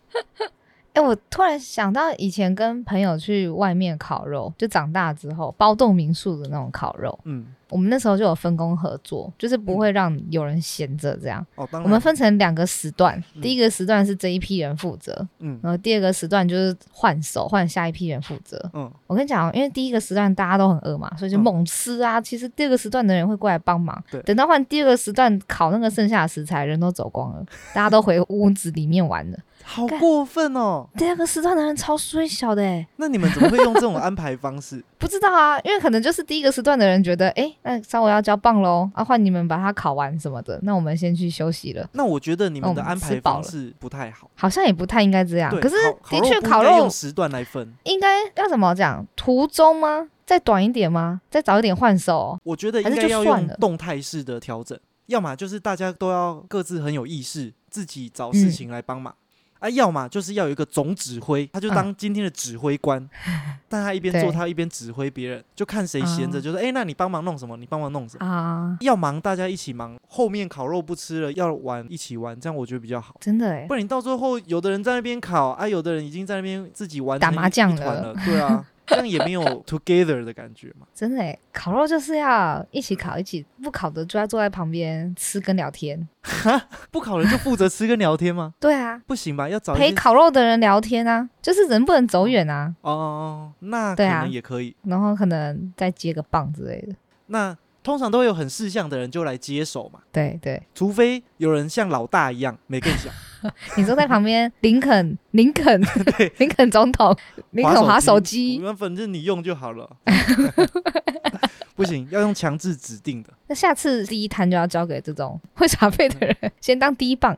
S1: 哎、我突然想到以前跟朋友去外面烤肉，就长大之后包栋民宿的那种烤肉，
S2: 嗯，
S1: 我们那时候就有分工合作，就是不会让有人闲着这样。
S2: 哦，当然，
S1: 我们分成两个时段，
S2: 嗯
S1: 第一个时段是这一批人负责，
S2: 嗯
S1: 然后第二个时段就是换手换下一批人负责。
S2: 嗯
S1: 我跟你讲哦，因为第一个时段大家都很饿嘛，所以就
S2: 嗯
S1: 猛吃啊。其实第二个时段的人会过来帮忙
S2: 对，
S1: 等到换第二个时段烤那个剩下的食材，人都走光 了，大家都回屋子里面玩了。
S2: 好
S1: 干
S2: 过分哦！
S1: 第二个时段的人超衰小的哎、
S2: 那你们怎么会用这种安排 方式？
S1: 不知道啊，因为可能就是第一个时段的人觉得，哎、那稍微要交棒喽，啊，换你们把它烤完什么的，那我们先去休息了。
S2: 那我觉得你们的
S1: 嗯
S2: 安
S1: 吃
S2: 排
S1: 饱
S2: 方
S1: 了
S2: 式不太好。
S1: 好像也不太应该这样，
S2: 对，
S1: 可是
S2: 烤
S1: 的确
S2: 不
S1: 烤
S2: 应该
S1: 肉
S2: 用时段来分，
S1: 应该要怎么讲？途中吗？再短一点吗？再早一点换手哦、
S2: 我觉得
S1: 还
S2: 应
S1: 是
S2: 该
S1: 就
S2: 要
S1: 算
S2: 用
S1: 了
S2: 动态式的调整，要么就是大家都要各自很有意识，自己找事
S1: 嗯
S2: 情来帮忙。啊，要么就是要有一个总指挥，他就
S1: 嗯
S2: 当今天的指挥官， 但他一边做，
S1: 对
S2: 他要一边指挥别人，就看谁闲着，
S1: 啊
S2: 就是哎、那你帮忙弄什么，你帮忙弄什么。
S1: 啊，
S2: 要忙大家一起忙，后面烤肉不吃了，要玩一起玩，这样我觉得比较好。
S1: 真的哎、
S2: 不然你到最后，有的人在那边烤啊，有的人已经在那边自己玩
S1: 打
S2: 成一
S1: 麻将
S2: 一团
S1: 了
S2: 了，对 啊，这样也没有 together 的感觉嘛。
S1: 真的哎、烤肉就是要一起烤，一起不烤的就要坐在旁边吃跟聊天。
S2: 不烤了就负责吃跟聊天吗？
S1: 对啊，
S2: 不行吧？要找一
S1: 陪
S2: 些
S1: 烤肉的人聊天啊，就是人不能走远啊，
S2: 哦，那可
S1: 对啊
S2: 能也可以。
S1: 然后可能再接个棒之类的。
S2: 那通常都会有很识相的人就来接手嘛，
S1: 对对，
S2: 除非有人像老大一样没更 小，
S1: 你坐在旁边，林 肯，林肯，林肯总统，林肯
S2: 划
S1: 划
S2: 手
S1: 手
S2: 机，
S1: 机。
S2: 那反正你用就 好了。不行，要用强制指定的。
S1: 那下次第一摊就要交给这种 会耍废的人，先当第一棒。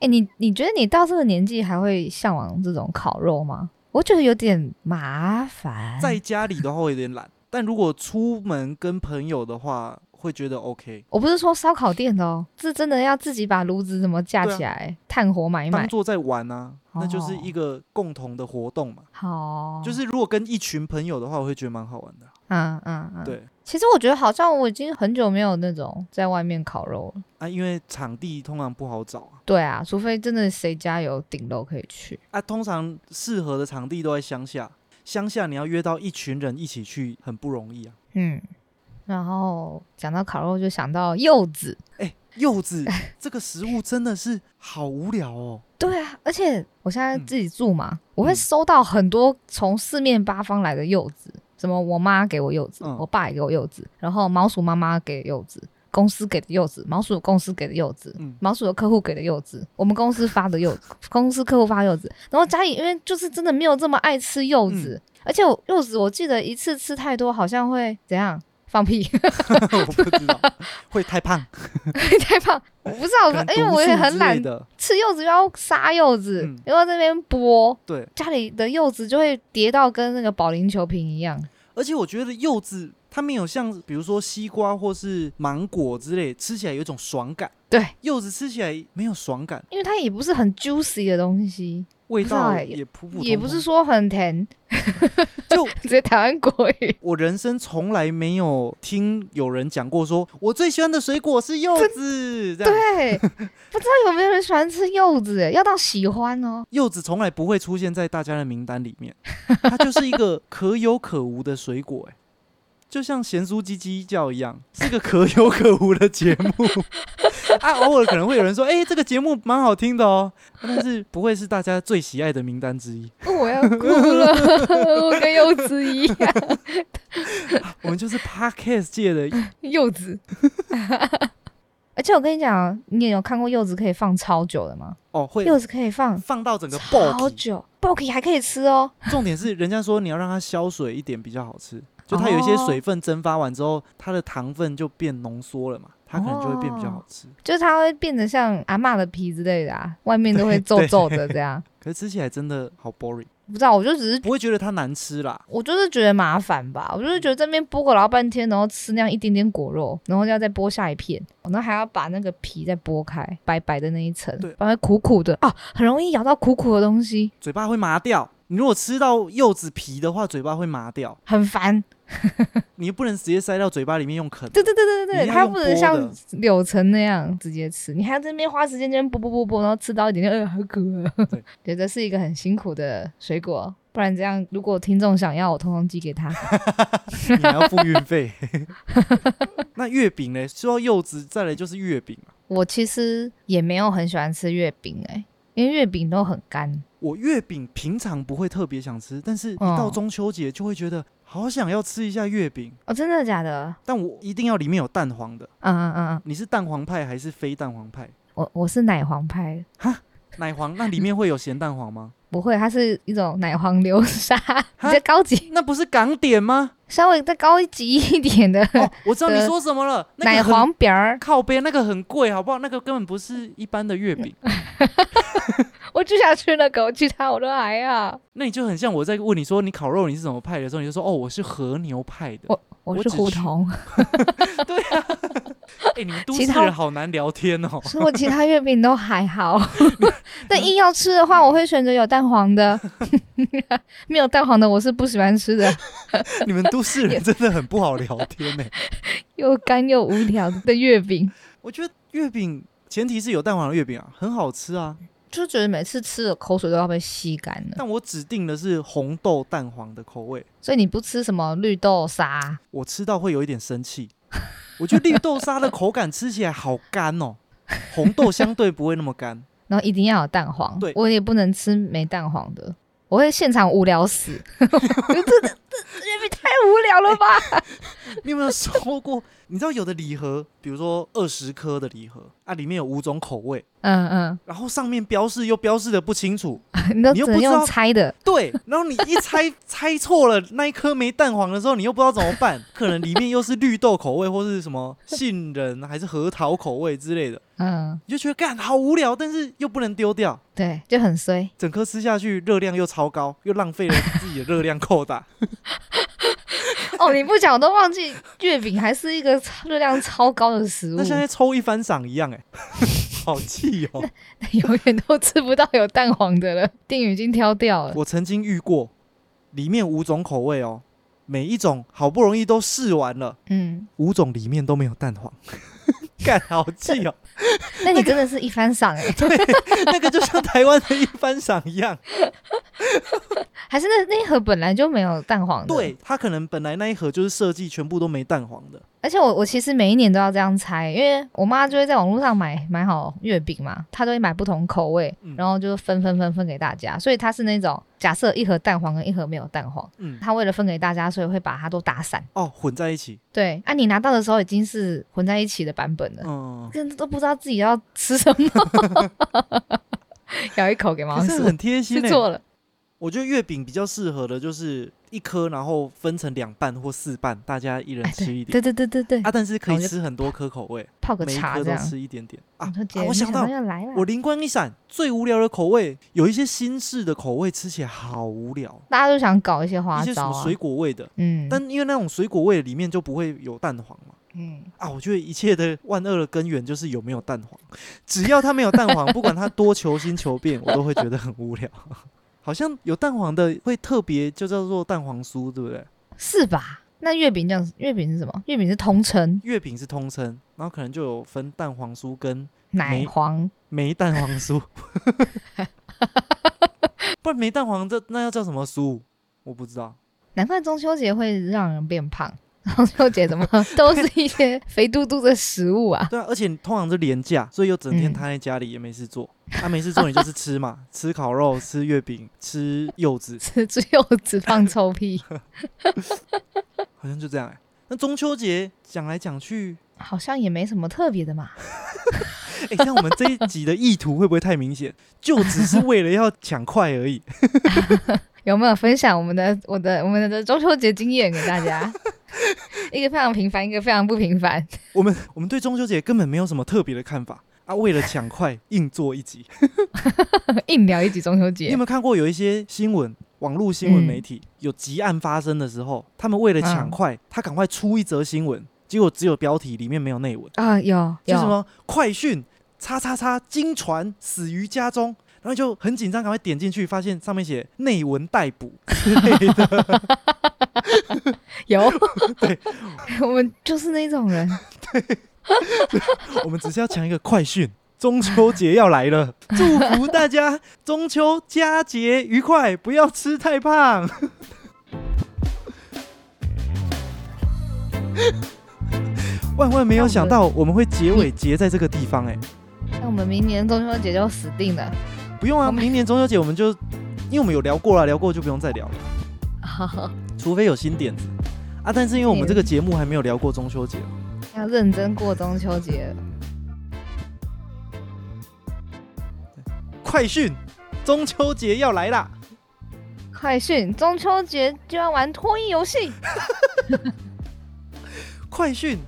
S1: 哎、你你觉得你到这个年纪还会向往这种烤肉吗？我觉得有点麻烦。
S2: 在家里的话会有点懒，但如果出门跟朋友的话，会觉得 OK，
S1: 我不是说烧烤店的哦，是真的要自己把炉子怎么架起来，炭火买一
S2: 啊当
S1: 买。
S2: 做在玩啊，那就是
S1: 哦
S2: 一个共同的活动嘛。
S1: 好，
S2: 就是如果跟一群朋友的话，我会觉得蛮好玩的啊。
S1: 嗯嗯嗯，。
S2: 对
S1: 其实我觉得好像我已经很久没有那种在外面烤肉了。
S2: 啊，因为场地通常不好找啊。
S1: 对啊，除非真的谁家有顶楼可以去。
S2: 啊，通常适合的场地都在乡下，乡下你要约到一群人一起去很不容易啊。
S1: 嗯，然后讲到烤肉，就想到柚子。
S2: 哎，柚 子这个食物真的是好无聊哦。
S1: 对啊，而且我现在
S2: 嗯
S1: 自己住嘛，我会
S2: 嗯
S1: 收到很多从四面八方来的柚子，什么我妈给我柚子，
S2: 嗯
S1: 我爸也给我柚子，然后毛鼠妈妈给柚子，公司给的柚子，毛鼠公司给的柚子，
S2: 嗯
S1: 毛鼠的客户给的柚子，我们公司发的柚子，公司客户发柚子，然后家里因为就是真的没有这么爱吃
S2: 嗯
S1: 柚子，而且我柚子我记得一次吃太多好像会怎样放屁，
S2: 我不知道会太胖，
S1: 太胖， 我不知道，
S2: 可能
S1: 因为
S2: 毒
S1: 我也
S2: 素
S1: 很
S2: 之
S1: 懒
S2: 类，的。
S1: 吃柚子又要杀柚子，
S2: 嗯
S1: 又要这边剥，
S2: 对，
S1: 家里的柚子就会叠到跟那个保龄球瓶一样。
S2: 而且我觉得柚子它没有像比如说西瓜或是芒果之类，吃起来有一种爽感。
S1: 对，
S2: 柚子吃起来没有爽感，
S1: 因为它也不是很 juicy 的东西，
S2: 味
S1: 不知道
S2: 道
S1: 哎
S2: 也普普通通。
S1: 也不是说很甜，
S2: 就
S1: 直接台湾国语。
S2: 我人生从来没有听有人讲过说，我最喜欢的水果是柚子。这 样
S1: 对，不知道有没有人喜欢吃柚子耶，要到喜欢 哦。
S2: 柚子从来不会出现在大家的名单 里面，它就是一个可有可无的水果、哎，就像咸酥鸡鸡叫一样，是个可有可无的节目 啊。偶尔可能会有人说，哎、这个节目蛮好听的哦，但是不会是大家最喜爱的名单之一。
S1: 哦我要哭了， 我跟柚子一样，
S2: 我们就是 podcast 界的，
S1: 柚子。而且我跟你讲，哦你也有看过柚子可以放超久的吗？
S2: 哦，会
S1: 柚子可以放
S2: 放到整个
S1: 超
S2: 爆皮。
S1: 久 b o k 还可以吃哦。
S2: 重点是，人家说你要让它消水一点比较好吃，就它有一些
S1: 哦
S2: 水分蒸发完之后，它的糖分就变浓缩了嘛，它可能就会变比
S1: 哦
S2: 较好吃。
S1: 就是它会变得像阿嬷的皮之类的啊，外面都会皱皱的这样。
S2: 可是吃起来真的好 boring。
S1: 不知道，我就只是
S2: 不会觉得它难吃啦。
S1: 我就是觉得麻烦吧，我就是觉得这边剥个老半天，然后吃那样一点点果肉，然后要再剥下一片，然后还要把那个皮再剥开，白白的那一层
S2: 对，
S1: 把它苦苦的啊，很容易咬到苦苦的东西。
S2: 嘴巴会麻掉，你如果吃到柚子皮的话，嘴巴会麻掉，
S1: 很烦。
S2: 你又不能直接塞到嘴巴里面用啃。
S1: 对对对对对
S2: 一
S1: 对，
S2: 定要
S1: 它
S2: 用
S1: 不能
S2: 剥
S1: 像
S2: 的
S1: 柳橙那样直接吃，你还要在那边花时间在那边剥剥剥剥，然后吃到一点点，哎，好渴啊
S2: 对。
S1: 对，这是一个很辛苦的水果，不然这样，如果听众想要，我通通寄给他。
S2: 你还要付运费。 那月饼嘞？说到柚子，再来就是月饼嘛。
S1: 我其实也没有很喜欢吃月饼哎、因为月饼都很干。
S2: 我月饼平常不会特别想吃，但是一到
S1: 嗯
S2: 中秋节就会觉得好想要吃一下月饼，
S1: 哦，真的假的？
S2: 但我一定要里面有蛋黄的。
S1: 嗯嗯嗯嗯，
S2: 你是蛋黄派还是非蛋黄派？
S1: 我我是奶黄派的，
S2: 奶黄那里面会有咸蛋黄吗？
S1: 不会，它是一种奶黄流沙， 比
S2: 哈
S1: 较高级，
S2: 那不是港点吗？
S1: 稍微再高级一点的、
S2: 哦，我知道你说什么了，那
S1: 奶
S2: 个很
S1: 黄饼儿，
S2: 靠边那个很贵，好不好？那个根本不是一般的 月饼，
S1: 我就想吃那个，我其他我都还要。
S2: 那你就很像我在问你说你烤肉你是什么派的时候，你就说哦我是和牛派 的。
S1: 我我
S2: 我
S1: 是
S2: 只
S1: 胡
S2: 吃
S1: 同，
S2: 对啊， 哎、你们都市
S1: 其他
S2: 人好难聊天哦。
S1: 所以我其他月饼都还 好。但硬要吃的话，我会选择有蛋黄的， 没有蛋黄的我是不喜欢吃 的，
S2: 你们 都市人真的很不好聊天呢、
S1: 又干又无聊的月饼。
S2: 我觉得月饼前提是有蛋黄的月饼啊，很好吃啊。
S1: 就觉得每次吃的口水都要被吸干了，
S2: 但我指定的是红豆蛋黄的口味，
S1: 所以你不吃什么绿豆沙，
S2: 我吃到会有一点生气。我觉得绿豆沙的口感吃起来好干哦，红豆相对不会那么干。
S1: 然后一定要有蛋黄。
S2: 对
S1: 我也不能吃没蛋黄的，我会现场无聊 死。我觉得这这这月饼太无聊了吧？
S2: 你有没有收过？ 你知道有的礼盒，比如说二十颗的礼盒啊，里面有五种口味，
S1: 嗯
S2: 然后上面标示又标示的不清楚，
S1: 嗯，你都只
S2: 你又不
S1: 能
S2: 知
S1: 用
S2: 道
S1: 猜的，
S2: 对，然后你一猜 猜错了那一颗没蛋黄的时候，你又不知道怎么办，可能里面又是绿豆口味，或是什么杏仁还是核桃口味之类的，
S1: 嗯，
S2: 你就觉得干好无聊，但是又不能丢掉，
S1: 对，就很衰。
S2: 整颗吃下去热量又超高，又浪费了自己的热量扣打。
S1: 哦，你不讲我都忘记，月饼还是一个超热量超高的食物
S2: 那，像在抽一番赏一样、欸， 哎，好气哦！
S1: 永远都吃不到有蛋黄的了。定语已经挑掉了，
S2: 我曾经遇过，里面五种口味哦，每一种好不容易都试完了，
S1: 嗯，
S2: 五种里面都没有蛋黄， 干好气哦！
S1: 那你真的是一番赏 哎、
S2: 那个就像台湾的一番赏一样，
S1: 还是那那一盒本来就没有蛋黄的，
S2: 对，它可能本来那一盒就是设计全部都没蛋黄的，
S1: 而且我我其实每一年都要这样猜，因为我妈就会在网络上买买好月饼嘛，她都会买不同口味
S2: 嗯，
S1: 然后就分分分分给大家。所以她是那种假设一盒蛋黄跟一盒没有蛋黄，
S2: 嗯，
S1: 她为了分给大家，所以会把它都打散。
S2: 哦，混在一起，
S1: 对，啊，你拿到的时候已经是混在一起的版本了，
S2: 嗯，
S1: 真的都不知道自己要吃什么， 咬一口给毛
S2: 可是
S1: 鼠
S2: 很欸贴心
S1: 去
S2: 嘞、
S1: 做了。
S2: 我觉得月饼比较适合的就是一颗，然后分成两半或四半，大家一人
S1: 哎，
S2: 吃一
S1: 对
S2: 点。
S1: 对对对对对，
S2: 啊，但是可
S1: 我
S2: 以
S1: 就
S2: 吃很多颗口味，
S1: 泡个
S2: 每一
S1: 茶
S2: 颗
S1: 这
S2: 都
S1: 样。嗯
S2: 吃一点点啊
S1: 你说姐，
S2: 啊！我
S1: 你
S2: 想到
S1: 到，要来了，
S2: 我灵光一闪，最无聊的口味有一些新式的口味，吃起来好无聊，
S1: 大家都想搞一些花
S2: 一些什
S1: 招
S2: 么
S1: 啊
S2: 水。果味的，
S1: 嗯，
S2: 但因为那种水果味里面就不会有蛋黄嘛。
S1: 嗯，
S2: 啊，我觉得一切的万恶的根源就是有没有蛋黄。只要它没有蛋黄，不管它多求新求变，我都会觉得很无聊。 好像有蛋黄的会特别就叫做蛋黄酥，对不对？
S1: 是吧？那月饼这样，月饼是什么？月饼是同城
S2: 月饼是通称，然后可能就有分蛋黄酥跟
S1: 奶
S2: 没
S1: 黄，
S2: 没蛋黄酥。 不然没蛋黄这那要叫什么酥？我不知道。
S1: 难怪中秋节会让人变胖。中秋节怎 么都是一些肥嘟嘟的食物啊？
S2: 对啊，而且通常是廉价，所以又整天
S1: 嗯
S2: 瘫在家里也没事做。他、没事做，你就是吃嘛， 吃烤肉、吃月饼、吃柚子，
S1: 吃只有只放臭屁，
S2: 好像就这样哎、那中秋节讲来讲去，
S1: 好像也没什么特别的嘛。
S2: 哎、像我们这一集的意图会不会太明显？ 就只是为了要抢快而已。
S1: 有没有分享我们的、我的、我们的中秋节经验给大 家？一个非常平凡，一个非常不平凡。
S2: 我们我们对中秋节根本没有什么特别的看法啊，为了抢快硬做一集。
S1: 硬聊一集中秋
S2: 你
S1: 节
S2: 有没，有看过有一些新闻？网络新
S1: 嗯
S2: 闻媒体、有急案发生的时候，他们为了抢
S1: 嗯
S2: 快，他赶快出一则新闻，结果只有标题，里面没有内文。
S1: 啊、有
S2: 就
S1: 有
S2: 什么快讯，叉叉叉惊传死于家中，然后就很紧张，赶快点进去，发现上面写内文逮捕之类的。
S1: 有， 我们就是那种人，
S2: 我们只是要抢一个快讯，中秋节要来 了，祝福大家中秋佳节愉快，不要吃太 胖。万万没有想到我们会结尾结在这个地方、哎，
S1: 那我们明年中秋节就死定了。
S2: 不用啊，
S1: 我们
S2: 明年中秋节我们就，因为我们有聊过了，聊过就不用再聊了， 除非有新点子啊。但是因为我们这个节目还没有聊过中秋节，
S1: 要认真过中秋节了。
S2: 快讯，中秋节要来啦！
S1: 快讯，中秋节就要玩脱衣游戏。
S2: 快讯，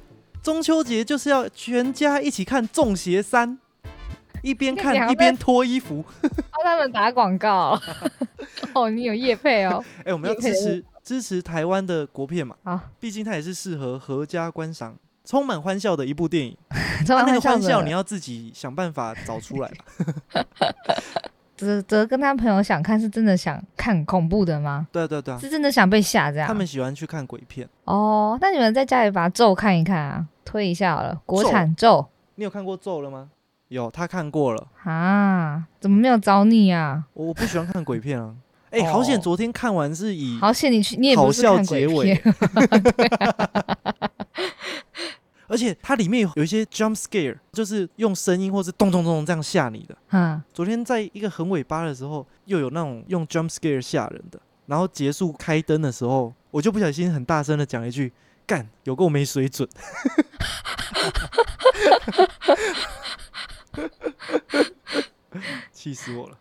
S2: 中秋节就是要全家一起看《中邪三》，一边
S1: 两
S2: 看
S1: 个
S2: 一边脱衣服。
S1: 帮他们打广 告。哦，你有业配哦。
S2: 哎、我们要支持支持台湾的国片嘛，
S1: 好，
S2: 毕竟它也是适合合家观赏、充满欢笑的一部电影。
S1: 中
S2: 啊、那个
S1: 欢
S2: 欢笑
S1: 的
S2: 你要自己想办法找出来吧。
S1: 泽泽跟他朋友想看，是真的想看恐怖的吗？
S2: 对啊对啊对啊，
S1: 是啊真的想被吓这样？
S2: 他们喜欢去看鬼片。
S1: 哦，那你们在家里把咒看一看啊，推一下好了。国
S2: 咒
S1: 产咒
S2: 你有看过《咒》了吗？有，他看过了。
S1: 啊，怎么没有找你啊？
S2: 我我不喜欢看鬼片啊。哎、好险！
S1: 哦
S2: 昨天看完是以
S1: 好险你去，你也
S2: 好
S1: 不是
S2: 笑
S1: 看
S2: 结
S1: 鬼
S2: 尾啊
S1: 片，，
S2: 而且它里面有一些 jump scare，就是用声音或是咚咚咚咚这样吓你的。
S1: 嗯，
S2: 昨天在一个很尾巴的时候，又有那种用 jump scare 吓人的，然后结束开灯的时候，我就不小心很大声的讲一句：“干，有够没水准。 ”气死我了！